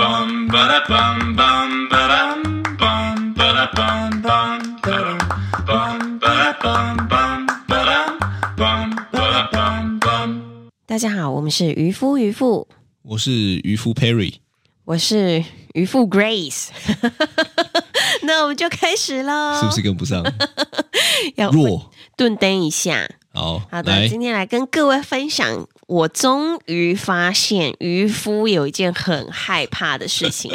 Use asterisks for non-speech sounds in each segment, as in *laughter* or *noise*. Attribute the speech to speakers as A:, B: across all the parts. A: bum ba da bum bum ba dum bum ba da bum bum ba dum bum ba da bum bum ba dum bum ba da bum bum.
B: 大家好，我们是渔夫渔妇，
C: 我是渔夫 Perry，
B: 我是渔夫 Grace。那我们就开始喽，
C: 是不是跟
B: *laughs*
C: 不上？
B: 要
C: 弱，
B: 顿灯一下？
C: 好，
B: 好的，
C: 来，
B: 今天来跟各位分享，我终于发现渔夫有一件很害怕的事
C: *laughs*
B: 情。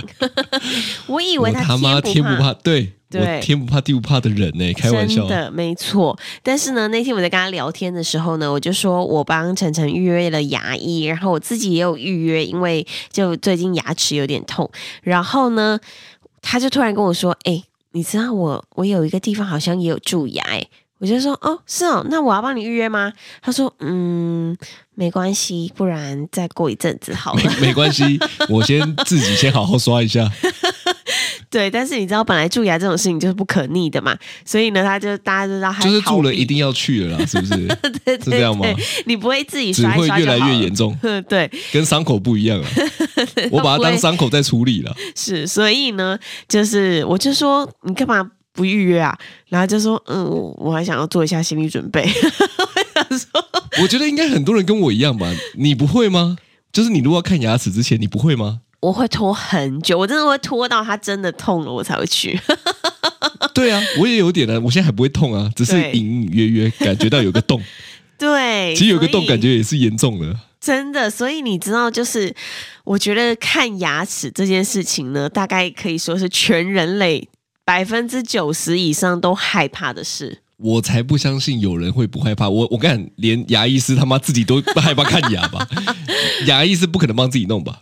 B: *laughs* 我以为
C: 我
B: 他
C: 他妈天不怕，对
B: 对
C: 我天不怕地不怕的人呢、开玩笑啊
B: 真，的没错。但是呢，那天我在跟他聊天的时候呢，我就说我帮晨晨预约了牙医，然后我自己也有预约，因为就最近牙齿有点痛。然后呢，他就突然跟我说：“哎、你知道我我有一个地方好像也有蛀牙、欸。”我就说：“哦，是哦，那我要帮你预约吗？”他说：“嗯，没关系，不然再过一阵子好了。”
C: *laughs* 没关系，我先自己先好好刷一下。
B: *laughs* 对，但是你知道，本来蛀牙这种事情就是不可逆的嘛，所以呢，他就大家就知道他
C: 就是
B: 逃
C: 住了
B: 避
C: 一定要去了啦，是不是？
B: *laughs* 对对
C: 是这样吗
B: 对你不会自己
C: 只
B: 刷一
C: 会
B: 刷
C: 越
B: 就
C: 来
B: 好
C: 越
B: 了
C: 严重，
B: 呵 *laughs* 对，
C: 跟伤口不一
B: *laughs*
C: 样啊。我把它当伤口在处理了，
B: 是，所以呢，就是我就说你干嘛不预约啊？然后就说嗯，我我还想要做一下心理准备。 *laughs*
C: 我觉得应该很多人跟我一样吧，你不会吗？就是你如果要看牙齿之前，你不
B: *laughs*
C: 会吗？
B: 我会拖很久，我真的会拖到它真的痛了，我才会去。 *laughs*
C: 对啊，我也有点啊，我现在还不会痛啊，只是
B: 对
C: 隐隐约约感觉到有个洞，
B: 对，
C: 其实有个
B: 所
C: 洞
B: 以
C: 感觉也是严重的。
B: 真的，所以你知道，就是我觉得看牙齿这件事情呢，大概可以说是全人类百分之九十以上都害怕的事。
C: 我才不相信有人会不害怕。我我看连牙医师他妈自己都害怕看牙 *laughs* 吧，牙医师不可能帮自己弄吧？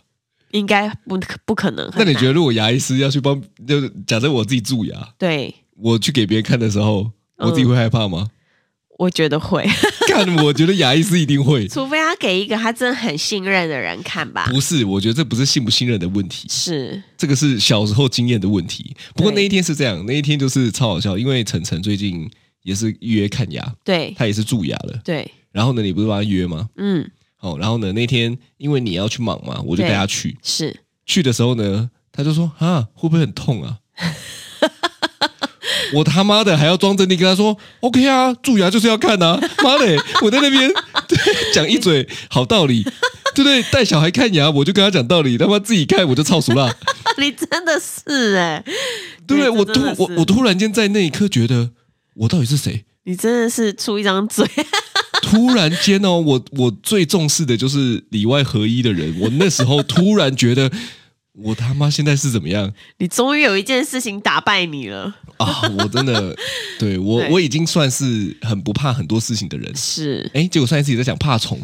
B: 应该不不可能。
C: 那你
B: 很
C: 觉
B: 难
C: 得如果牙医师要去帮，就是假设我自己蛀牙，
B: 对，
C: 我去给别人看的时候，
B: 嗯
C: 我自己会害
B: *laughs*
C: 怕吗？
B: 我觉得会，
C: 看，我觉得牙医师一定会。
B: 除非他给一个他真的很信任的人看吧。
C: 不是，我觉得这不是信不信任的问题，
B: 是，
C: 这个是小时候经验的问题。不过
B: 对
C: 那一天是这样，那一天就是超好笑，因为晨晨最近也是预约看牙，
B: 对，
C: 他也是蛀牙了。
B: 对，
C: 然后呢，你不是帮他约吗？
B: 嗯，
C: 哦，然后呢，那天因为你要去忙嘛，我就
B: 对
C: 带他去。
B: 是， *laughs*
C: 去的时候呢，他就说啊，会不会很痛啊？我他妈的还要装镇定跟他说 OK 啊，蛀牙就是要看啊，妈嘞，我在那边对讲一嘴好道理，对不对？带小孩看牙，我就跟他讲道理，他妈自己看我就操俗啦，
B: 你真的是哎、
C: 对不对？
B: 对
C: 我
B: 这
C: 突
B: 真的
C: 我
B: 是
C: 我突然间在那一刻觉得，我到底是谁？
B: 你真的是出一张嘴， *laughs*
C: 突然间哦， *laughs* 我我最重视的就是里外合一的人。我那时候突然觉得， *laughs* 我他妈现在是怎么样
B: 你终于有一件事情打败你了。
C: 啊？我真
B: *laughs*
C: 的，对我
B: 对
C: 我已经算是很不怕很多事情的人。
B: 是，
C: 哎，结果上一次也在讲怕虫，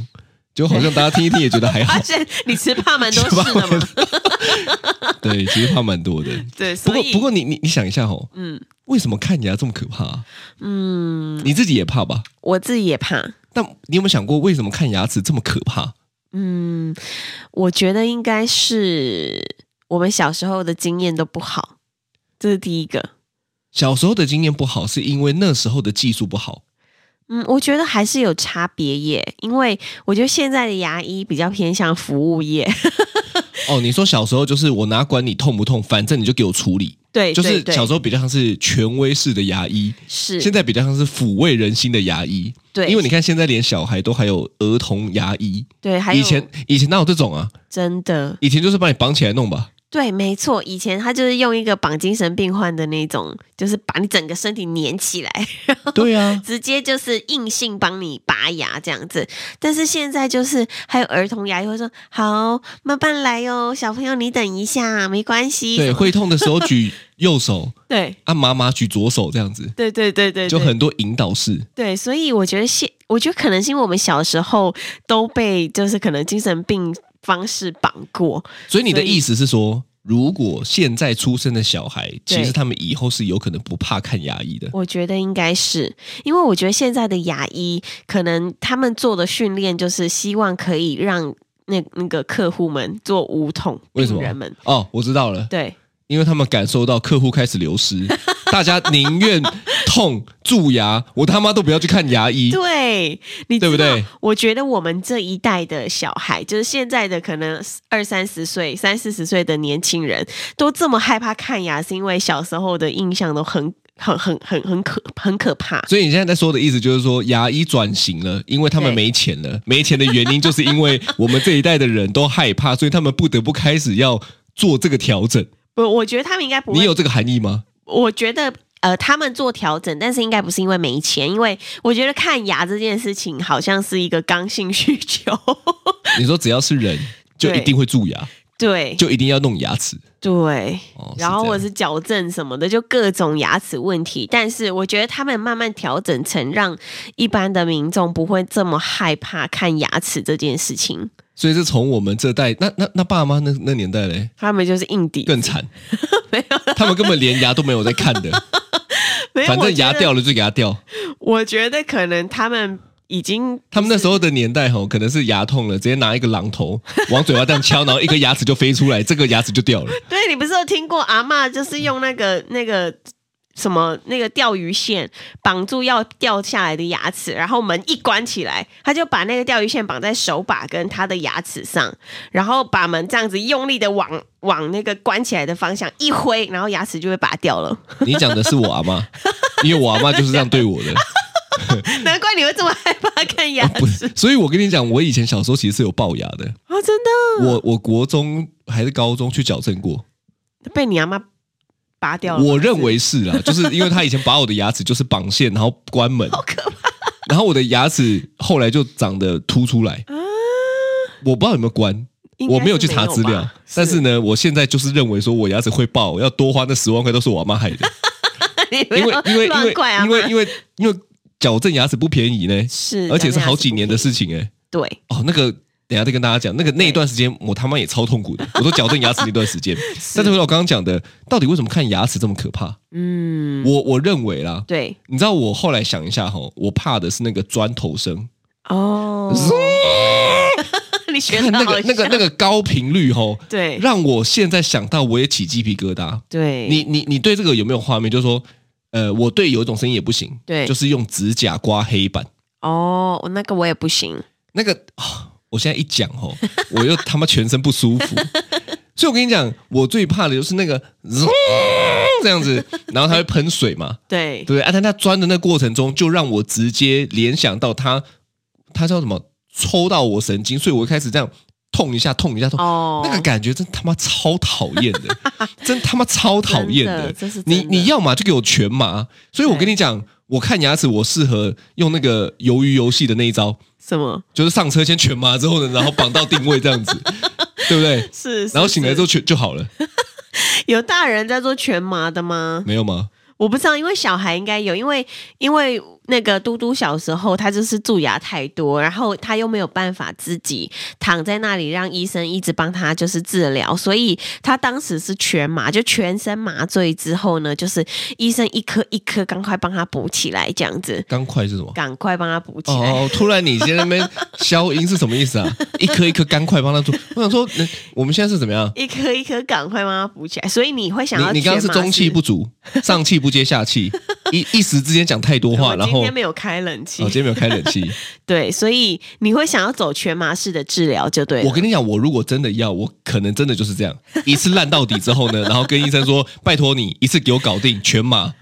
C: 就好像大家听一听也觉得还
B: *laughs* 发
C: 好，
B: 现你其实怕蛮啊多事的
C: *laughs*
B: 嘛。
C: 对，其实怕蛮多的。
B: 对，
C: 不
B: 所
C: 过
B: 以
C: 不过你你你想一下哦，
B: 嗯
C: 为什么看牙这么可怕、啊？
B: 嗯，
C: 你自己也怕吧？
B: 我自己也怕。
C: 但你有没有想过，为什么看牙齿这么可怕？
B: 嗯，我觉得应该是我们小时候的经验都不好，这是第一个。
C: 小时候的经验不好，是因为那时候的技术不好。
B: 嗯，我觉得还是有差别耶，因为我觉得现在的牙医比较偏向服务业， *laughs*
C: 哦，你说小时候就是我哪管你痛不痛，反正你就给我处理，
B: 对，
C: 就是小
B: 候
C: 时候比较像是权威式的牙医，
B: 是，
C: 现在比较像是抚慰人心的牙医。
B: 对，
C: 因为你看现在连小孩都还有儿童牙医，
B: 对，还有
C: 以前以前哪有这种啊？
B: 真的
C: 以前就是把你绑起来
B: *laughs*
C: 弄吧。
B: 对，没错，以前他就是用一个绑精神病患的那种，就是把你整个身体粘起来， *laughs*
C: 对啊，
B: 直接就是硬性帮你拔牙这样子。但是现在就是还有儿童牙医会说：“好，慢慢来哦，小朋友你等一下，没关系。
C: 对，
B: 什么
C: 会痛的时候举右手，
B: 对
C: 啊妈妈举左手这样子，
B: *laughs* 对对对对，
C: 就
B: 对
C: 很多引导式。
B: 对，所以我觉得现，我觉得可能是因为我们小时候都被就是可能精神病方式绑过，
C: 所以你的
B: 所以
C: 意思是说，如果现在出生的小孩，其实他们以后是有可能不怕看牙医的。
B: 我觉得应该是因为我觉得现在的牙医可能他们做的训练就是希望可以让那那个客户们做无痛
C: 为什
B: 病
C: 么
B: 人们。
C: 哦，我知道了。
B: 对，
C: 因为他们感受到客户开始流失，大家宁愿痛蛀牙，我他妈都不要去看牙医。
B: 对，你
C: 对不
B: 知道
C: 对？
B: 我觉得我们这一代的小孩，就是现在的可能二三十岁、三四十岁的年轻人，都这么害怕看牙，是因为小时候的印象都很、很、很、很、很可、很可怕。
C: 所以你现在在说的意思就是说，牙医转型了，因为他们
B: 对
C: 没钱了。没钱的原因就是因为我们这一代的人都害怕，所以他们不得不开始要做这个调整。
B: 不，我觉得他们应该不
C: 你
B: 会。
C: 有这个含义吗？
B: 我觉得。呃，他们做调整，但是应该不是因为没钱，因为我觉得看牙这件事情好像是一个刚性需求。 *laughs*
C: 你说只要是人，就
B: 对
C: 一定会蛀牙，
B: 对
C: 就一定要弄牙齿。
B: 对，
C: 哦，
B: 然后
C: 这样
B: 或者是矫正什么的，就各种牙齿问题。但是我觉得他们慢慢调整成让一般的民众不会这么害怕看牙齿这件事情。
C: 所以是从我们这代，那那那爸妈那那年代嘞
B: 他们就是硬底，
C: 更惨，他们根本连牙都没有在看的，
B: *laughs* 没有
C: 反正
B: 我觉
C: 牙
B: 得
C: 掉了就给它掉。
B: 我觉得可能他们已经
C: 他们那时候的年代吼，可能是牙痛了，直接拿一个榔头往嘴巴这样敲，然后一个牙齿就飞出来，这个牙齿就掉
B: *laughs*
C: 了。
B: 对你不是有听过阿嬷就是用那个那个什么那个钓鱼线绑住要掉下来的牙齿，然后门一关起来，她就把那个钓鱼线绑在手把跟她的牙齿上，然后把门这样子用力的往往那个关起来的方向一挥，然后牙齿就会拔掉
C: *laughs*
B: 了。
C: 你讲的是我阿妈，因为我阿妈就是这样对我的，
B: 难怪你会这么害怕看牙
C: 哦不
B: 齿
C: 是。所以我跟你讲，我以前小时候其实是有龅牙的，
B: 啊、真的
C: 我我国中还是高中去矫正过，
B: 被你阿妈拔掉了。
C: 我认为
B: *laughs*
C: 是啦，就是因为他以前把我的牙齿就是绑线，然后关门，
B: 好可怕
C: 然后我的牙齿后来就长得凸出来，
B: 啊！
C: 我不知道有没有关。
B: 应该
C: 我
B: 是
C: 没有去查资料
B: 吧，
C: 但是呢，我现在就是认为说我牙齿会爆，要多花那十万块都是我阿妈
B: *laughs*
C: 害的，
B: 你不
C: 因为
B: 要
C: 因为因
B: *laughs* 乱
C: 为
B: 怪阿啊
C: 因
B: 嬷
C: 为因为因为矫正牙齿不便宜呢，
B: 是，
C: 而且是
B: 讲得
C: 好几年的事情哎、
B: 对。
C: 哦，那个等一下再跟大家讲，那个那一段时间我他妈也超痛苦的，我都矫正牙齿那段时
B: *laughs*
C: 间。但是回到我刚刚讲的，到底为什么看牙齿这么可怕？
B: 嗯，
C: 我我认为啦，
B: 对
C: 你知道我后来想一下吼，我怕的是那个砖头声， *laughs*
B: 哦，你学的
C: 看那
B: 好
C: 个那个那
B: 个，
C: 个高频率吼，
B: 对
C: 让我现在想到我也起鸡皮疙瘩。
B: 对，
C: 你你你对这个有没有画面？就是说，呃，我对有一种声音也不行，
B: 对
C: 就是用指甲刮黑板
B: 哦，我那个我也不行，
C: 那个、啊我现在一讲哦，我又他妈全身不舒服。 *laughs* 所以我跟你讲，我最怕的就是那个这样子，然后它会喷水嘛，
B: 对
C: 对不对？啊，但它钻的那过程中，就让我直接联想到它，它叫什么？抽到我神经，所以我开始这样痛一下，痛一下，痛。
B: 哦，
C: 那个感觉真他妈超讨厌的，真他妈超讨厌
B: 真的这是真
C: 你
B: 的
C: 你要嘛就给我全麻，所以我跟你讲，我看牙齿我适合用那个鱿鱼游戏的那一招，
B: 什么
C: 就是上车先全麻之后呢，然后绑到定位这样子，对
B: *laughs*
C: 不对？
B: 是？
C: 然后醒来之
B: 后
C: 后全就好了，
B: 有大人在做全麻的吗？
C: 没有吗？
B: 我不知道，因为小孩应该有，因为因为那个嘟嘟小时候他就是蛀牙太多，然后他又没有办法自己躺在那里让医生一直帮他就是治疗，所以他当时是全麻，就全身麻醉之后呢，就是医生一颗一颗赶快帮他补起来，这样子，
C: 刚快是什么？
B: 赶快帮他补 *laughs* 起来。
C: 哦，突然你现在那边消音是什么意思啊？一颗一颗干块帮他做，我想说，嗯我们现在是怎么样？
B: *laughs* 一颗一颗赶快帮他补起来，所以你会想要
C: 你你刚刚是
B: 全麻
C: 中气不足，
B: *laughs*
C: 上气不接下气，一一时之间讲太多话，
B: 我
C: 然
B: 今
C: 后
B: 天没有开冷气，
C: 哦，今天没有开冷气。
B: 对，所以你会想要走全麻式的治疗，就对了
C: 我跟你讲，我如果真的要，我可能真的就是这样， *laughs* 一次烂到底之后呢，然后跟医生说，拜托你一次给我搞定全麻，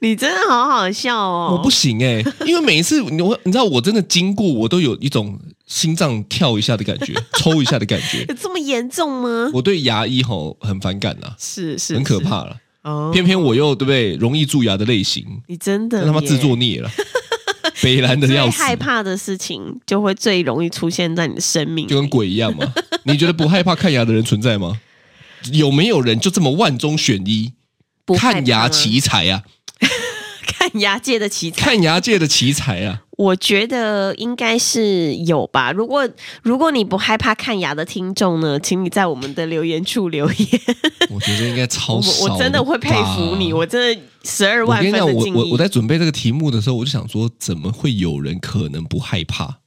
B: 你真的好好笑哦！
C: 我不行哎、因为每一次你我你知道我真的经过，我都有一种心脏跳一下的感
B: *laughs*
C: 觉，抽一下的感觉。
B: 有这么严重吗？
C: 我对牙医吼很反感呐、
B: 是是
C: 很可
B: 是
C: 怕了。
B: 哦！
C: 偏偏我又对不对，容易蛀牙的类型，
B: 你真的
C: 让他妈
B: 耶
C: 自作孽了，北兰的
B: 最
C: 要死，
B: 害怕的事情，就会最容易出现在你的生命里。
C: 就跟鬼一样嘛。你觉得不害怕看牙的人存在吗？有没有人就这么万中选一？
B: 不害怕
C: 看牙
B: 吗
C: 奇才啊，
B: 看牙界的奇才，
C: 看牙界的奇才啊！
B: 我觉得应该是有吧。如果如果你不害怕看牙的听众呢，请你在我们的留言处留言。
C: 我觉得应该
B: 我
C: 超少
B: 我真的会佩服你，
C: 吧
B: 我真的十二
C: 我
B: 万
C: 跟
B: 分
C: 你讲，
B: 的
C: 我
B: 敬
C: 我
B: 意
C: 我。在准备这个题目的时候，我就想说，怎么会有人可能不害怕？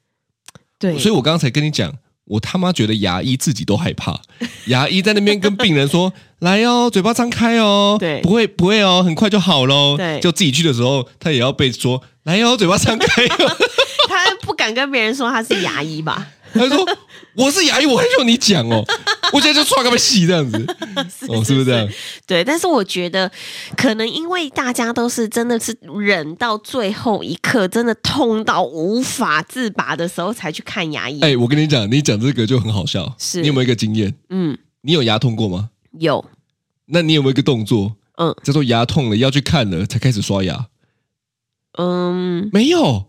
B: 对，
C: 所以我刚才跟你讲，我他妈觉得牙医自己都害
B: *laughs*
C: 怕，牙医在那边跟病人说：“ *laughs* 来哦，嘴巴张开哦，
B: 对
C: 不会不会哦，很快就好喽。”
B: 对
C: 就自己去的时候，他也要被说：“来哦，嘴巴张开哦。
B: *laughs* 他不敢跟别人说他是牙医吧？”
C: 他就说：“我是牙医，我还用你讲哦，我现在就刷个戏这样子，哦，是不是这样？
B: 对，但是我觉得可能因为大家都是真的是忍到最后一刻，真的痛到无法自拔的时候才去看牙医。
C: 哎、我跟你讲，你讲这个就很好笑。
B: 是
C: 你有没有一个经验？
B: 嗯，
C: 你有牙痛过吗？
B: 有，
C: 那你有没有一个动作
B: 嗯
C: 叫做牙痛了要去看了才开始刷牙？
B: 嗯，
C: 没有，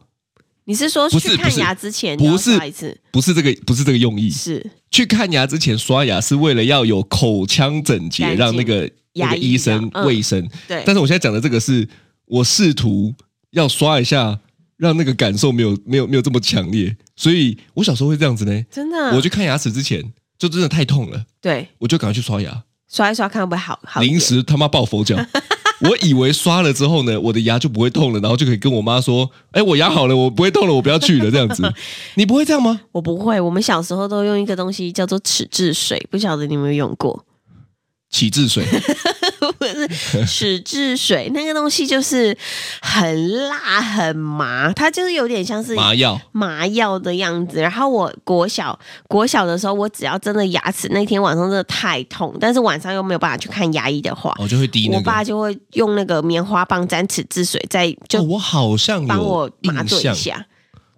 B: 你是说
C: 不是
B: 去
C: 不
B: 看
C: 是
B: 牙之前
C: 不
B: 你要
C: 是
B: 刷一次？
C: 不是这个，不是这个用意。
B: 是
C: 去看牙之前刷牙是为了要有口腔整洁，
B: 干净
C: 让那个那
B: 牙
C: 个
B: 医
C: 医生
B: 这样嗯
C: 卫生。
B: 对，
C: 但是我现在讲的这个是，我试图要刷一下，让那个感受没有没有没有这么强烈。所以我小时候会这样子呢，
B: 真的，
C: 我去看牙齿之前就真的太痛了，
B: 对
C: 我就赶快去刷牙。
B: 刷一刷看会不会好好一点
C: 临时他妈抱佛
B: *laughs*
C: 脚。我以为刷了之后呢，我的牙就不会痛了，然后就可以跟我妈说：“哎，我牙好了，我不会痛了，我不要去了。”这
B: *laughs*
C: 样子，你不会这样吗？
B: 我不会，我们小时候都用一个东西叫做齿质水，不晓得你有没有用过？ *laughs*
C: 起治水，
B: 不是齿质水，那个东西就是很辣很麻，它就是有点像是
C: 麻药，
B: 麻药的样子。然后我国小国小的时候，我只要真的牙齿那天晚上真的太痛，但是晚上又没有办法去看牙医的话，
C: 哦我就会滴那个。
B: 我爸就会用那个棉花棒沾齿质水，再
C: 哦
B: 就
C: 我好像
B: 帮我
C: 有
B: 麻
C: 印
B: 醉一
C: 象，
B: 下。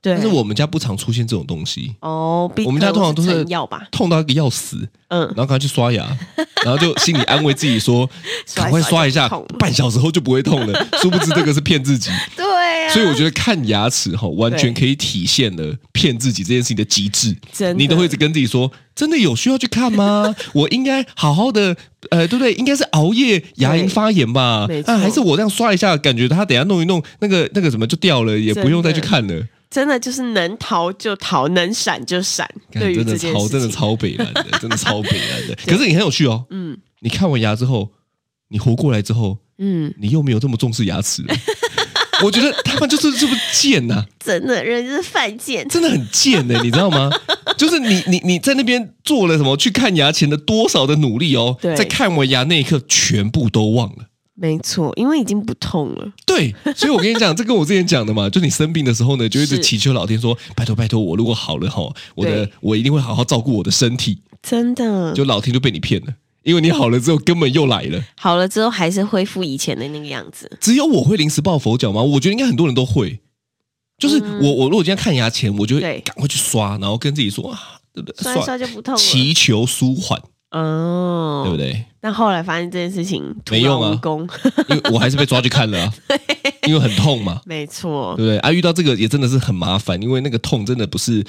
B: 对，
C: 但是我们家不常出现这种东西，
B: 哦，毕
C: 我们家
B: 可能
C: 通常都是
B: 成药吧，
C: 痛到一个要死，
B: 嗯
C: 然，后赶快去刷牙，然后就心里安慰自己说：“
B: *laughs* 刷
C: 赶
B: 一
C: 快
B: 刷
C: 刷一
B: 就
C: 下
B: 痛了，
C: 半小时后就不会痛了。”殊不知这个是骗自己。
B: 对啊，
C: 所以我觉得看牙齿哈，完全可以体现了骗自己这件事情的极致。
B: 真的
C: 你都会一直跟自己说，真的有需要去看吗？ *laughs* 我应该好好的，呃，对不对？应该是熬夜牙龈发炎吧
B: 没？错
C: 啊，还是我这样刷一下，感觉它等一下弄一弄，那个那个什么就掉了，也不用再去看了。
B: 真的就是能逃就逃，能闪就闪。
C: 干
B: 对于
C: 真
B: 这
C: 的
B: 件事
C: 超
B: 情，
C: 真的超北蓝 *laughs* 的，真的超北蓝的。可是你很有趣哦，
B: 嗯
C: 你看完牙之后，你活过来之后，
B: 嗯，
C: 你又没有这么重视牙齿了。我觉得他们就是这么贱呐、
B: 真的人就是犯贱。
C: 真的很贱欸
B: *laughs*
C: 呢、你知道吗？就是你你你在那边做了什么？去看牙前的多少的努力哦，
B: 对
C: 在看完牙那一刻，全部都忘了。
B: 没错，因为已经不痛了。
C: 对，所以我跟你讲，这跟我之前讲的嘛，就你生病的时候呢，就一直
B: 是
C: 祈求老天说，拜托拜托，我如果好了哈，我的
B: 对嗯
C: 我一定会好好照顾我的身体。
B: 真的，
C: 就老天就被你骗了，因为你好了之后根本又来了。
B: 好了之后还是恢复以前的那个样子。
C: 只有我会临时抱佛脚吗？我觉得应该很多人都会。就是我、
B: 嗯
C: 我如果今天看牙前，我就会
B: 对
C: 赶快去刷，然后跟自己说啊，对不对？
B: 刷一刷就不痛了。
C: 祈求舒缓，
B: 哦，
C: 对不？对？
B: 那后来发现这件事情徒
C: 没
B: 劳
C: 用啊
B: 无功。 *laughs*
C: 因为我还是被抓去看了、啊，因为很痛嘛，
B: 没错
C: 对，不对？啊，遇到这个也真的是很麻烦，因为那个痛真的不是，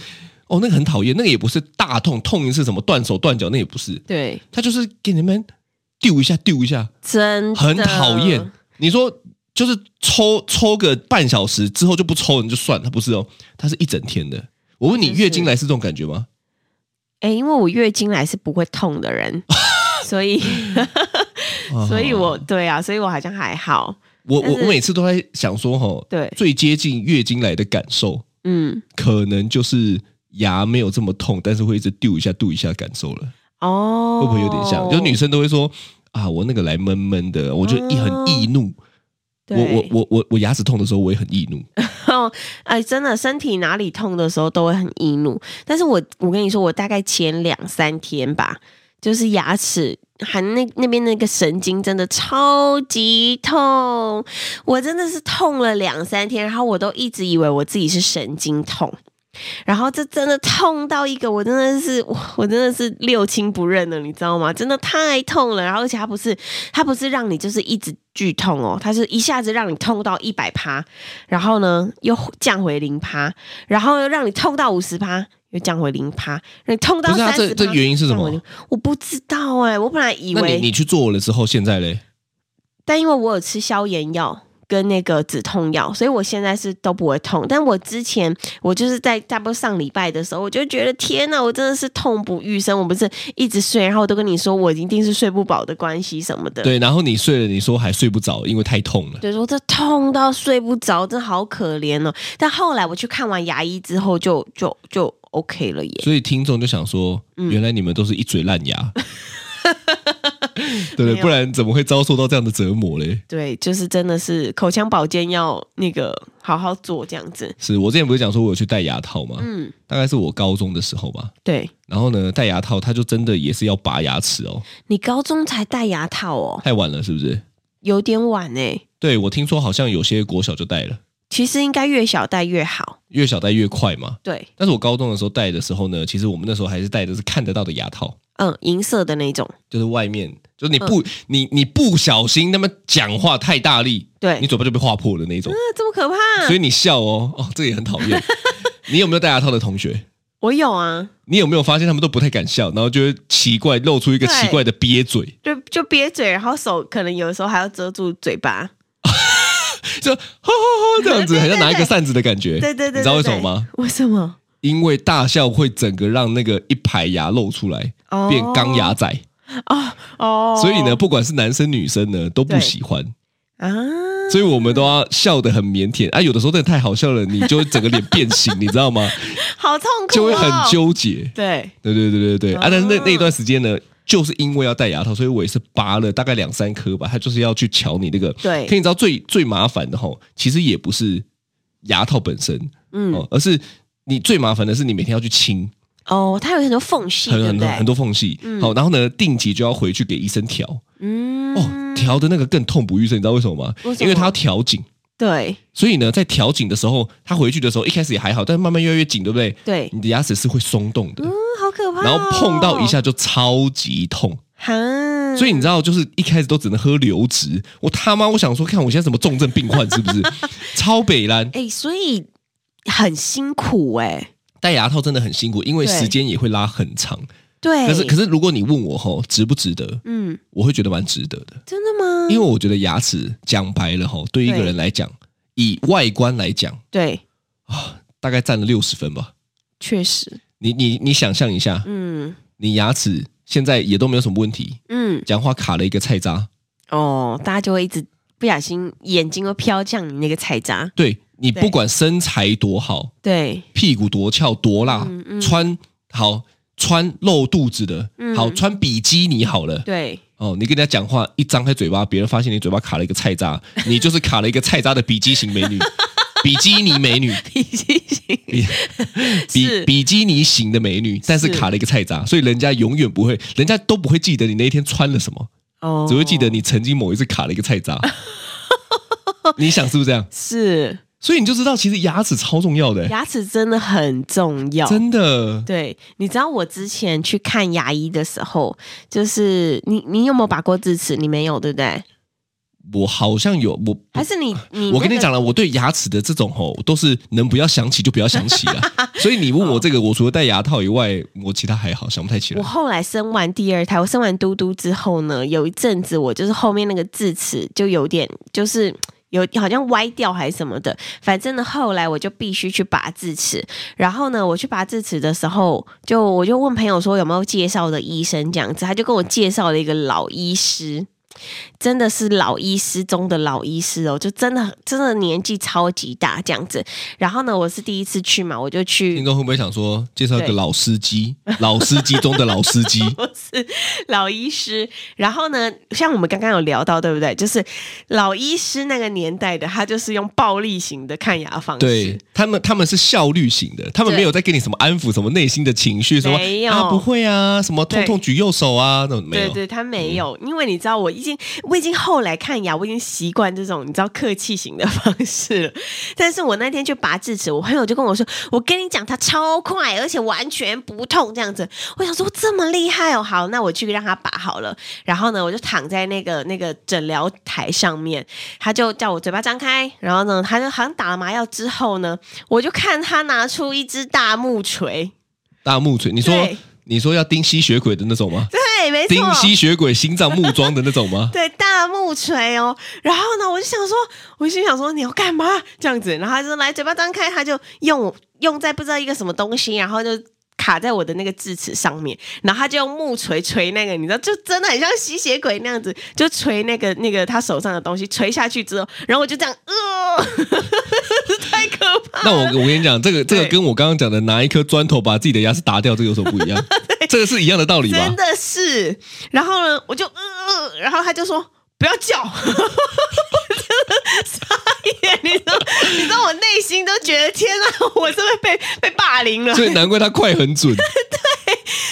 C: 哦，那个很讨厌，那个也不是大痛，痛一次什么断手断脚，那也不是，
B: 对，
C: 他就是给你们丢一下丢一下，
B: 真的
C: 很讨厌。。你说就是抽抽个半小时之后就不抽了，你就算，他不是哦，他是一整天的。我问你，
B: 就是
C: 月经来是这种感觉吗？
B: 哎，因为我月经来是不会痛的人，
C: *laughs*
B: 所以，
C: 哦
B: *laughs* 所以我对啊，所以我好像还好。
C: 我
B: 但
C: 我
B: 是
C: 我每次都在想说，吼，
B: 对
C: 最接近月经来的感受，
B: 嗯，
C: 可能就是牙没有这么痛，但是会一直丢一下、丢一下感受了，
B: 哦，
C: 会不会有点像？就女生都会说啊，我那个来闷闷的，我就一很易怒。
B: 哦对
C: 我我我我我牙齿痛的时候，我也很易怒。
B: *laughs* 哦，哎，真的，身体哪里痛的时候都会很易怒。但是我我跟你说，我大概前两三天吧，就是牙齿还那那边那个神经真的超级痛，我真的是痛了两三天，然后我都一直以为我自己是神经痛。然后这真的痛到一个，我真的是我我真的是六亲不认了，你知道吗？真的太痛了。然后而且它不是它不是让你就是一直剧痛哦，它是一下子让你痛到一百趴，然后呢又降回零趴，然后又让你痛到五十趴，又降回零趴，让你痛到
C: 不是啊
B: 三十、
C: 这这原因是什么？
B: 我不知道哎、我本来以
C: 那你
B: 为，
C: 你去做了之后，现在嘞，
B: 但因为我有吃消炎药。跟那个止痛药，所以我现在是都不会痛。但我之前，我就是在差不多上礼拜的时候，我就觉得天呐，我真的是痛不欲生。我不是一直睡，然后我都跟你说我一定是睡不饱的关系什么的。
C: 对，然后你睡了，你说还睡不着，因为太痛了。
B: 对，说这痛到睡不着，真好可怜哦。但后来我去看完牙医之后就，就就 OK 了耶。
C: 所以听众就想说，
B: 嗯
C: 原来你们都是一嘴烂牙， *laughs* 对不
B: 没有
C: 对？不然怎么会遭受到这样的折磨嘞？
B: 对，就是真的是口腔保健要那个好好做这样子。
C: 是我之前不是讲说我有去戴牙套吗？
B: 嗯，
C: 大概是我高中的时候吧。
B: 对
C: 然后呢，戴牙套，它就真的也是要拔牙齿哦，
B: 你高中才戴牙套哦，
C: 太晚了，是不是？
B: 有点晚哎、
C: 对我听说好像有些国小就戴了，
B: 其实应该越小戴越好。
C: 越小戴越快嘛。
B: 对，
C: 但是我高中的时候戴的时候呢，其实我们那时候还是戴的是看得到的牙套，
B: 嗯，银色的那种。
C: 就是外面，就是你
B: 嗯
C: 不、你你不小心那么讲话太大力，
B: 对，
C: 你嘴巴就被划破了那种，
B: 那这么可怕、
C: 所以你笑哦，哦，这也很讨厌。
B: *laughs*
C: 你有没有戴牙套的同学？
B: 我有啊，
C: 你有没有发现他们都不太敢笑，然后就会奇怪露出一个
B: 对
C: 奇怪的憋嘴，
B: 就就憋嘴，然后手可能有的时候还要遮住嘴巴。
C: 就哈哈哈这样子，
B: 对对对
C: 很像拿一个扇子的感觉。
B: 对对对对
C: 你知道为什么吗？？
B: 对为什么？
C: 因为大笑会整个让那个一排牙露出来，
B: 哦
C: 变钢牙仔。
B: 哦哦，
C: 所以呢，不管是男生女生呢都不
B: 对
C: 喜欢，
B: 啊，
C: 所以我们都要笑得很腼腆啊。有的时候真的太好笑了，你就会整个脸变形，你知道
B: *laughs*
C: 吗？
B: 好痛苦、哦，
C: 就会很。纠结。
B: 对，
C: 对对对对对啊！
B: 哦
C: 但是那那一段时间呢，就是因为要戴牙套，所以我也是拔了大概两三颗吧。他就是要去瞧你那个，
B: 对
C: 可你知道最最麻烦的吼，其实也不是牙套本身，
B: 嗯，
C: 哦，而是你最麻烦的是你每天要去清，
B: 哦，它有很多缝隙，
C: 很
B: 对
C: 很
B: 不
C: 多
B: 对？
C: 很多缝隙。好，然后呢，定期就要回去给医生调。
B: 嗯，
C: 哦，调的那个更痛不欲生，你知道为什么吗？
B: 为什么
C: 因为它要调紧。
B: 对
C: 所以呢，在调紧的时候，它回去的时候一开始也还好，但是慢慢越来越紧，对不对？
B: 对，
C: 你的牙齿是会松动的，
B: 嗯，好可怕、哦。
C: 然后碰到一，下就超级痛。
B: 哈，嗯
C: 所以你知道，就是一开始都只能喝流质。我他妈，我想说，看我现在什么重症病患
B: *laughs*
C: 是不是？超北兰
B: 哎、所以很辛苦哎、
C: 戴牙套真的很辛苦，因为
B: 对哎
C: 时间也会拉很长。
B: 对，
C: 可是，可是如果你问我吼值不值得，
B: 嗯，
C: 我会觉得蛮值得的，
B: 真的吗？
C: 因为我觉得牙齿讲白了吼，对一个
B: 对
C: 人来讲，以外观来讲，
B: 对，
C: 大概占了六十分吧。
B: 确实，
C: 你你你想象一下，
B: 嗯
C: 你牙齿现在也都没有什么问题，
B: 嗯，
C: 讲话卡了一个菜渣，
B: 哦，大家就会一直不小心眼睛会飘向你那个菜渣，
C: 对你
B: 对
C: 不管身材多好，
B: 对，
C: 屁股多翘多辣，
B: 嗯嗯
C: 穿好穿露肚子的，
B: 嗯
C: 好穿比基尼好了。 *laughs*
B: 对， *laughs*
C: 哦，你跟人家讲话一张开嘴巴，别人发现你嘴巴卡了一个菜渣，你就是卡了一个菜渣的比基
B: *laughs*
C: 型美女，比基尼美女，
B: 脾气型
C: 比比
B: 是
C: 比基尼型的美女，但是
B: 是
C: 卡了一个菜渣，所以人家永远不会，人家都不会记得你那一天穿了什么，
B: 哦，
C: 只会记得你曾经某一次卡了一个
B: *laughs*
C: 菜渣。你想是不是这样？
B: 是
C: 所以你就知道，其实牙齿超重要的、欸
B: 牙齿真的很重要，
C: 真的。
B: 对，你知道我之前去看牙医的时候，就是你你有没有拔过智齿？你没有，对不对？
C: 我好像有我
B: 还是你你、
C: 我跟你讲，了，我对牙齿的这种吼，都是能不要想起就不要想起了。
B: *laughs*
C: 所以你问我这个，我除了戴牙套以外，我其他还好，想不太起
B: 我
C: 来。
B: 后来生完第二胎，我生完嘟嘟之后呢，有一阵子我就是后面那个智齿就有点就是。有好像歪掉还是什么的，反正呢，后来我就必须去拔智齿。然后呢，我去拔智齿的时候，就我就问朋友说有没有介绍的医生这样子，他就跟我介绍了一个老医师，真的是老医师中的老医师哦，就真的真的年纪超级大这样子。然后呢，我是第一次去嘛，我就去
C: 听众会不会想说，介绍一个
B: 对
C: 老司机，老司机中的老司机？
B: 不是老医师。然后呢，像我们刚刚有聊到，对不对？就是老医师那个年代的，他就是用暴力型的看牙方式。
C: 对他们，他们是效率型的，他们
B: 对
C: 没有在给你什么安抚什么内心的情绪，什么
B: 没有
C: 啊不会啊，什么痛
B: 对
C: 痛举右手啊，那种没
B: 对
C: 有。嗯
B: 对，他没有，因为你知道，我已经我已经后来看牙，我已经习惯这种你知道客气型的方式了。但是我那天去拔智齿，我朋友就跟我说：“我跟你讲，它超快，而且完全不痛这样子。”我想说这么厉害哦，好，那我去让他拔好了。然后呢，我就躺在那个那个诊疗台上面，他就叫我嘴巴张开，然后呢，他就好像打了麻药之后呢，我就看他拿出一只大木锤，
C: 大木锤，你说
B: 对
C: 你说要钉吸血鬼的那种吗？
B: 对，没错，
C: 钉吸血鬼心脏木桩的那种
B: *laughs*
C: 吗？
B: 对，大木锤哦。然后呢，我就想说，我心想说你要干嘛这样子？然后他就说来，嘴巴张开，他就用用在不知道一个什么东西，然后就。卡在我的那个智齿上面，然后他就用木锤锤那个，你知道，就真的很像吸血鬼那样子，就锤那个那个他手上的东西，锤下去之后，然后我就这样，呃， *laughs* 太可怕了。
C: 那我我跟你讲，这个这个
B: 对
C: 跟我刚刚讲的拿一颗砖头把自己的牙齿打掉，这个有什么不
B: *laughs*
C: 一样？这个是一样的道理吧
B: 真？的是。然后呢，我就呃，呃然后他就说不要叫， *laughs* 我真的傻眼，你知道，你知道我内心都觉得天啊，我是不是被 *laughs* 被霸凌了？
C: 所以难怪他快很准，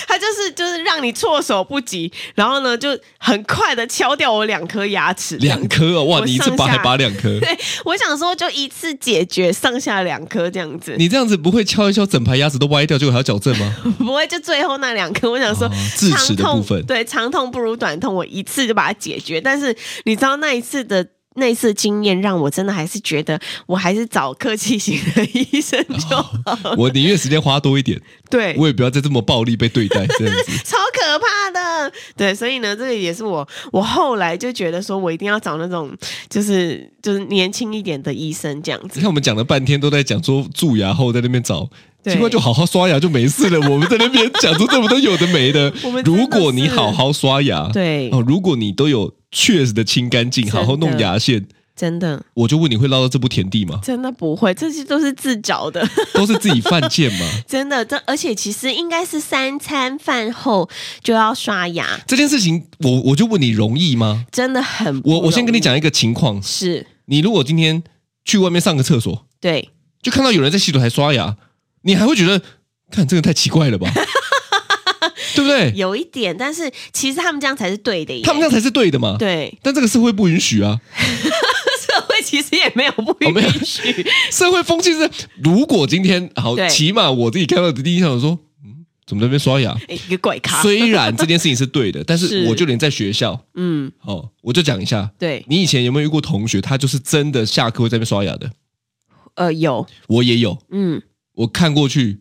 B: 他就是就是让你措手不及，然后呢就很快的敲掉我两颗牙齿，
C: 两颗哦，哇！
B: 我
C: 你一次
B: 上
C: 拔还
B: 下
C: 拔两颗，
B: 对，我想说就一次解决上下两颗这样子，
C: 你这样子不会敲一敲整排牙齿都歪掉，结果还要矫
B: *laughs*
C: 正吗？
B: 不会就最后那两颗，我想说、
C: 哦
B: 长
C: 智齿的
B: 痛
C: 部分
B: 对，长痛不如短痛，我一次就把它解决。但是你知道那一次的。那一次经验让我真的还是觉得，我还是找客气型的医生就好。
C: 我宁愿时间花多一点，
B: 对，
C: 哦我也不要再这么暴力被
B: *laughs*
C: 对待这样子。
B: 超可怕的。对，所以呢，这个也是我，我后来就觉得说我一定要找那种就是就是年轻一点的医生这样
C: 你
B: 子。
C: 看我们讲了半天都在讲说蛀牙后在那边找，
B: 对
C: 结果就好好刷牙就没事了。我们在那
B: *laughs*
C: 边讲出这么多有的没的
B: 我们真的。是
C: 如果你好好刷牙，
B: 对
C: 哦，如果你都有确实的清干净，
B: 真的
C: 好好弄牙线，
B: 真的，？
C: 我就问你会捞到这步田地吗
B: 真的不会，这些都是自找的。
C: 都是自己犯贱吗？
B: 真的，这而且其实应该是三餐饭后就要刷牙，
C: 这件事情，我我就问你容易吗？
B: 真的很不
C: 我我先跟
B: 容
C: 你
B: 易，
C: 讲一个情况，
B: 是
C: 你如果今天去外面上个厕所，
B: 对，
C: 就看到有人在洗手台刷牙，你还会觉得，看这个太奇怪了吧，
B: *laughs*
C: 对不对？
B: 有一点，但是其实他们这样才是对的耶，
C: 他们这样才是对的嘛。 *laughs*
B: 对
C: 但这个社会不允许啊，
B: 社会其实也没有不
C: 没有
B: 允许，
C: 社会风气是，如果今天好，
B: 对
C: 起码我自己看到的第一印象我说，嗯，怎么在那边刷牙？
B: 一 *laughs* 个怪咖，
C: 虽然这件事情是对的，但是
B: 是
C: 我就连在学校，
B: 嗯，
C: 哦，我就讲一下，
B: 对，
C: 你以前有没有遇过同学，他就是真的下课会在那边刷牙的？
B: 呃，有，
C: 我也有，
B: 嗯， *laughs*
C: 我看过去，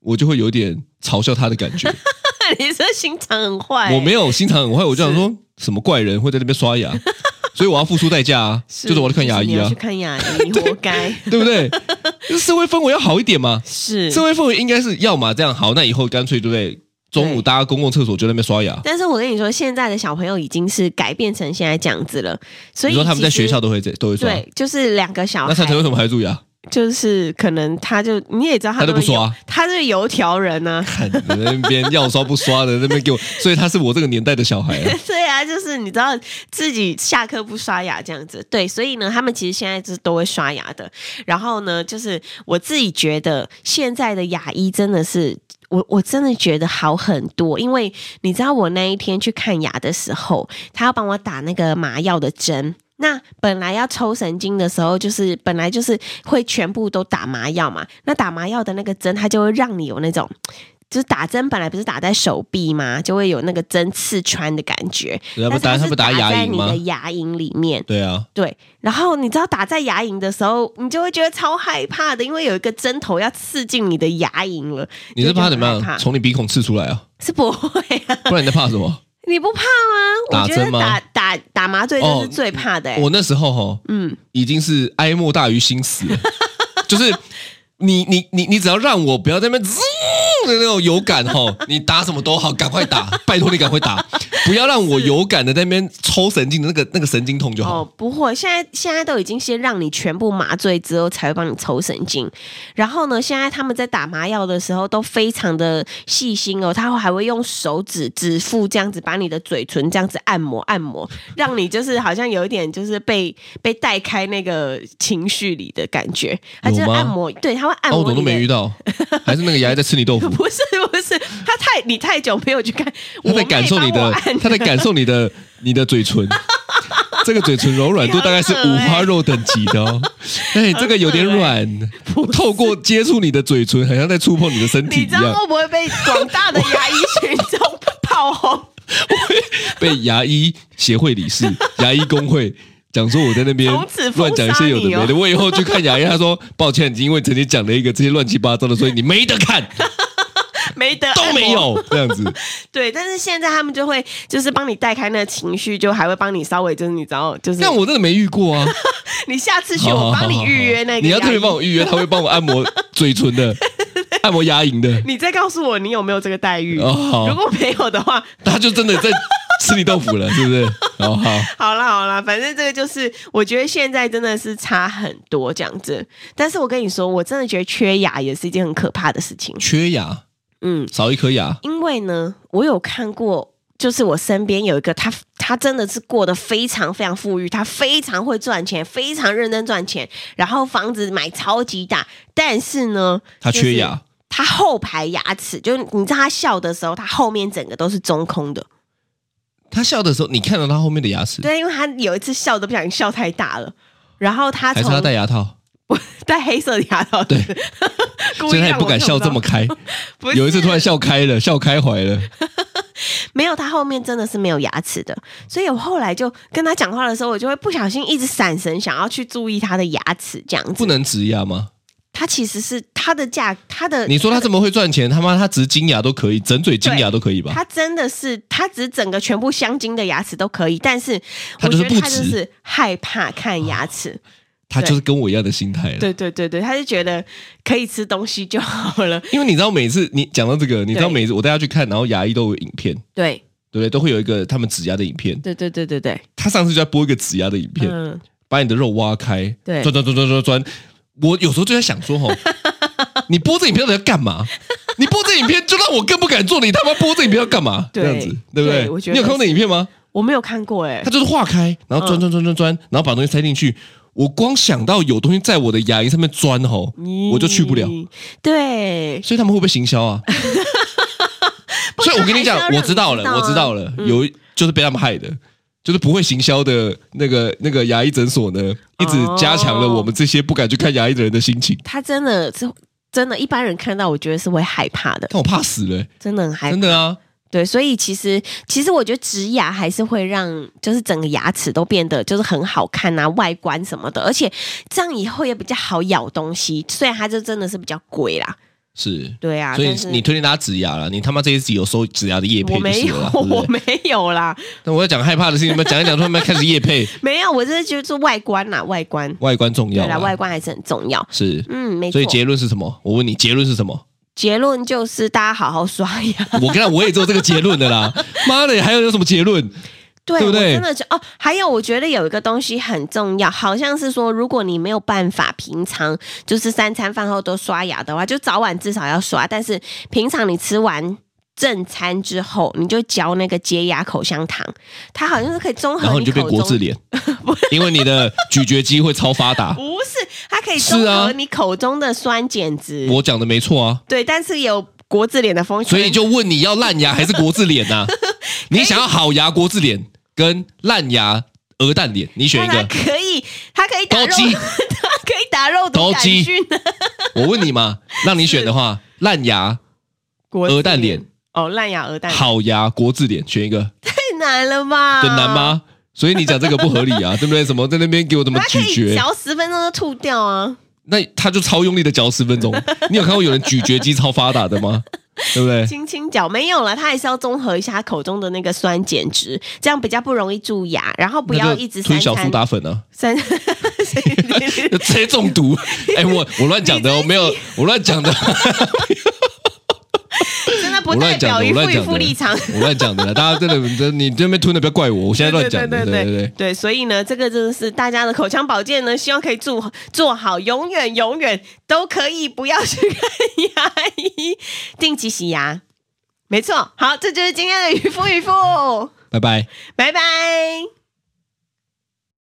C: 我就会有点嘲笑他的感觉。
B: 你这心肠很坏，
C: 我没有心肠很坏，我就想说什么怪人会在那
B: *laughs*
C: 边刷牙，所以我要付出代价啊，
B: 是，
C: 就是我要去看牙医
B: 就是你要
C: 啊
B: 去，看牙医，你活
C: *laughs*
B: 该，
C: 对不对？就是社会氛围要好一点嘛，
B: *laughs* 是，
C: 社会氛围应该是要么这样好，那以后干脆对不对？中午
B: 对
C: 大家公共厕所就在那边刷牙，
B: 但是我跟你说，现在的小朋友已经是改变成现在这样子了，所
C: 你
B: 以
C: 说他们在
B: 其实
C: 学校都会这都会刷，
B: 对，就是两个小
C: 那蔡晨
B: 孩
C: 为，什么还蛀牙？
B: 就是可能他就你也知道
C: 他
B: 他
C: 都
B: 们
C: 不刷
B: 有，他是油条人啊呢、
C: 看你在那边要刷不刷的，在那边给我，所以他是我这个年代的小孩啊、
B: *laughs* *laughs* 对啊，就是你知道自己下课不刷牙这样子，对，所以呢，他们其实现在就是都会刷牙的。然后呢，就是我自己觉得现在的牙医真的是。我我真的觉得好很多，因为你知道我那一天去看牙的时候，他要帮我打那个麻药的针。那本来要抽神经的时候，就是本来就是会全部都打麻药嘛。那打麻药的那个针，它就会让你有那种，就是打针本来不是打在手臂嘛，就会有那个针刺穿的感觉。
C: 对啊
B: 但是
C: 不
B: 它
C: 打他不
B: 是
C: 打牙
B: 在
C: 龈
B: 你
C: 吗
B: 的牙龈里面，
C: 对啊，
B: 对，然后你知道打在牙龈的时候，你就会觉得超害怕的，因为有一个针头要刺进你的牙龈了。
C: 你是
B: 就觉得
C: 怕
B: 很
C: 怎
B: 害
C: 么
B: 怕
C: 样？从你鼻孔刺出来啊？
B: 是不会啊，
C: 不然你在怕什么？
B: *laughs* 你不怕吗？
C: 打
B: 我觉
C: 针
B: 得
C: 吗
B: 打打打麻醉针
C: 哦
B: 是最怕的、欸。
C: 我那时候哈，
B: 嗯，
C: 已经是哀莫大于心死了， *laughs* 就是你你你你只要让我不要在那边滋的那种有感哈，你打什么都好，赶快打， *laughs* 拜托你赶快打，不要让我有感的在那边抽神经的那个那个神经痛就好。
B: 哦，不会，现在现在都已经先让你全部麻醉之后才会帮你抽神经，然后呢，现在他们在打麻药的时候都非常的细心哦，他还会用手指指腹这样子把你的嘴唇这样子按摩按
C: *laughs*
B: 摩，让你就是好像有一点就是被被带开那个情绪里的感觉，他就是
C: 有吗
B: 按摩，对，他会按
C: 啊，我
B: 摩
C: 怎么
B: 你
C: 都
B: 的。？
C: 没遇到？还是那个牙医在吃你豆
B: *laughs*
C: 腐
B: 不是不是，他太你太久没有去看，
C: *laughs* 他
B: 我
C: 在
B: 妹
C: 感受你
B: 帮我
C: 的
B: 按，
C: 他在感受你的你的
B: *laughs*
C: 嘴唇。这个嘴唇柔软度大概是
B: 你好恶
C: 五
B: 欸
C: 花肉等级
B: *laughs*
C: 的哦，哎，这个有点软，透过接触你的嘴唇，好像在触碰你的身体
B: 你
C: 一
B: 知道
C: 样，
B: 会不会被广大的牙医群众 *laughs* 炮轰？
C: 被牙医协会理事、牙医工会讲说我在那边
B: 从此封
C: 乱讲一些有的
B: 杀
C: 没
B: 你
C: 的。
B: 哦
C: 我以后去看牙医，他说抱歉，你因为曾经讲了一个这些乱七八糟的，所以你没得看，
B: 没得
C: 都
B: 按摩
C: 没。有这样子。
B: 对，但是现在他们就会就是帮你带开那个情绪，就还会帮你稍微就是你知道，就是
C: 但我真的没遇过啊。
B: 你下次去
C: 好好
B: 我
C: 好
B: 帮你
C: 好
B: 预约
C: 好
B: 那个牙医，
C: 你要特别帮我预约，他会帮我按摩嘴唇的。按摩牙龈的，
B: 你再告诉我你有没有这个待遇。
C: 哦好
B: 如果没有的话，
C: 他就真的在吃你豆腐了，是不是？哦好，
B: 好啦好啦，反正这个就是，我觉得现在真的是差很多这样子。但是我跟你说，我真的觉得缺牙也是一件很可怕的事情。
C: 缺牙，
B: 嗯，
C: 少一颗牙，
B: 因为呢，我有看过，就是我身边有一个他，他真的是过得非常非常富裕，他非常会赚钱，非常认真赚钱，然后房子买超级大，但是呢，
C: 他
B: 就是
C: 缺牙，
B: 他后排牙齿，就是你知道他笑的时候，他后面整个都是中空的。
C: 他笑的时候，你看到他后面的牙齿，
B: 对，因为他有一次笑的不小心笑太大了，然后他
C: 还
B: 从
C: 是他戴牙套，
B: 戴黑色的牙套，
C: 对，
B: *laughs* 故意
C: 所以他也
B: 让
C: 不
B: 我
C: 敢
B: 看
C: 笑
B: 到
C: 这么开。
B: 不是
C: 有一次突然笑开了， *laughs* 笑开怀了，
B: 没有，他后面真的是没有牙齿的，所以我后来就跟他讲话的时候，我就会不小心一直闪神，想要去注意他的牙齿这样
C: 不
B: 子。
C: 能植牙吗？
B: 他其实是他的价，他的
C: 你说他怎么会赚钱？他妈他植金牙都可以，整嘴金牙都可以吧？
B: 他真的是他只整个全部镶金的牙齿都可以，但是
C: 他
B: 我
C: 就是
B: 觉得
C: 不哦
B: 他就
C: 值
B: 是害怕看牙齿，
C: 他就是跟我一样的心态了。
B: 对对对对，他就觉得可以吃东西就好
C: *laughs*
B: 了，
C: 因为你知道每次你讲到这个，你知道每次我带他去看，然后牙医都有影片，
B: 对
C: 对不对？都会有一个他们植牙的影片。
B: 对对对对对，
C: 他上次就在播一个植牙的影片，
B: 嗯，
C: 把你的肉挖开，
B: 对
C: 钻钻钻钻钻钻。我有时候就在想
B: *laughs*
C: 说，吼，你播这影片到底要干嘛？你播这影片就让我更不敢做，你他妈播这影片要干嘛？
B: 对
C: 这样子，对不
B: 对我觉得
C: 你有看过那影片吗？
B: 我没有看过哎、
C: 它就是化开，然
B: 嗯
C: 后钻钻钻钻钻，然后把东西塞进去。我光想到有东西在我的牙龈上面钻吼，我就去不了。
B: 咦。对，
C: 所以他们会不会行
B: *laughs*
C: 销啊？所以我跟你讲
B: 还，是要让
C: 我知道了，
B: 你
C: 我知
B: 知道啊
C: 道了，有就是被他们害的，就是不会行销的那个那个牙医诊所呢，一直
B: 哦
C: 加强了我们这些不敢去看牙医的人的心情。
B: 他真的是真的，一般人看到我觉得是会害怕的，
C: 看我怕死了、
B: 真的很害
C: 真的啊！
B: 对，所以其实其实我觉得植牙还是会让就是整个牙齿都变得就是很好看啊，外观什么的，而且这样以后也比较好咬东西。虽然它这真的是比较贵啦，
C: 是，
B: 对啊，
C: 所以
B: 但是
C: 你推荐大家植牙了，你他妈这一集有收植牙的叶配
B: 我
C: 就
B: 没
C: 是
B: 有
C: 了啦，，对不
B: *laughs* 我
C: 对？
B: 没有啦，
C: 那我要讲害怕的事情，你们讲一讲，突然间开始叶配，
B: 没有，我这是觉得是外观啦，外观，
C: 外观重要
B: 对
C: 啦
B: 啦，外观还是很重要。
C: 是。
B: 嗯，没错
C: 所以。结论是什么？我问你，结论是什么？
B: 结论就是大家好好刷牙。
C: 我跟他我也做这个结论
B: *laughs*
C: 的啦。妈的，还有有什么结论？
B: 对，
C: 对不对
B: 我真的就哦，还有我觉得有一个东西很重要，好像是说，如果你没有办法平常就是三餐饭后都刷牙的话，就早晚至少要刷，但是平常你吃完。正餐之后，你就嚼那个洁牙口香糖，它好像是可以综合
C: 然后
B: 你
C: 你就变
B: 口
C: 国
B: 中 *laughs*
C: 字脸，因为你的咀嚼肌会超发达。
B: 不是，它可以
C: 是
B: 综
C: 啊
B: 合你口中的酸碱值。
C: 我讲的没错啊，
B: 啊对，但是有国字脸的风险，
C: 所以就问你要烂牙还是国字
B: *laughs*
C: 脸呐、你想要好牙国字脸跟烂牙鹅蛋脸，你选一
B: 它 *laughs*
C: 个。
B: 可以，它可以打
C: 都
B: 肉， *laughs* 它可
C: 鸡
B: 以打肉毒
C: 都
B: 杆
C: 鸡
B: 菌的
C: 我问你嘛，让你选的话，烂牙
B: 国
C: 鹅
B: 字
C: 蛋脸，
B: 哦，烂牙鹅蛋脸。
C: 好牙国字脸，选一个，
B: 太难了吧？
C: 很难？吗？
B: 啊
C: 所以你讲这个不合理
B: *laughs*
C: 啊，对不对？怎么在那边给我怎么
B: 它可
C: 咀
B: 以
C: 嚼？
B: 嚼十分钟就吐掉啊！
C: 那他就超用力的嚼十
B: *laughs*
C: 分钟。你有看过有人咀嚼肌超发达的吗？对
B: *laughs*
C: 不对？
B: 轻轻嚼没有了，它还是要综合一下它口中的那个酸碱值，这样比较不容易蛀牙，然后不
C: 那
B: 要
C: 就
B: 一直
C: 推
B: 三
C: 小苏
B: 餐
C: 打粉啊。 *laughs*
B: 三。
C: 直接
B: *laughs*
C: 中毒。哎、我我乱讲的哦，我没有，我乱讲的， *laughs*
B: 真的
C: 我
B: 不代
C: 乱讲
B: 表
C: 的，
B: 一
C: 我
B: 副
C: 乱
B: 一
C: 讲
B: 副
C: 的
B: 立场。，
C: 我乱讲的啦。大家真的，真你这边吞的不要怪我，我现在乱讲的，对对对。
B: 对，所以呢，这个真的是大家的口腔保健呢，希望可以做做好，永远永远都可以不要去看牙医，定期洗牙。没错，好，这就是今天的渔夫渔夫，
C: 拜拜。
B: 拜拜。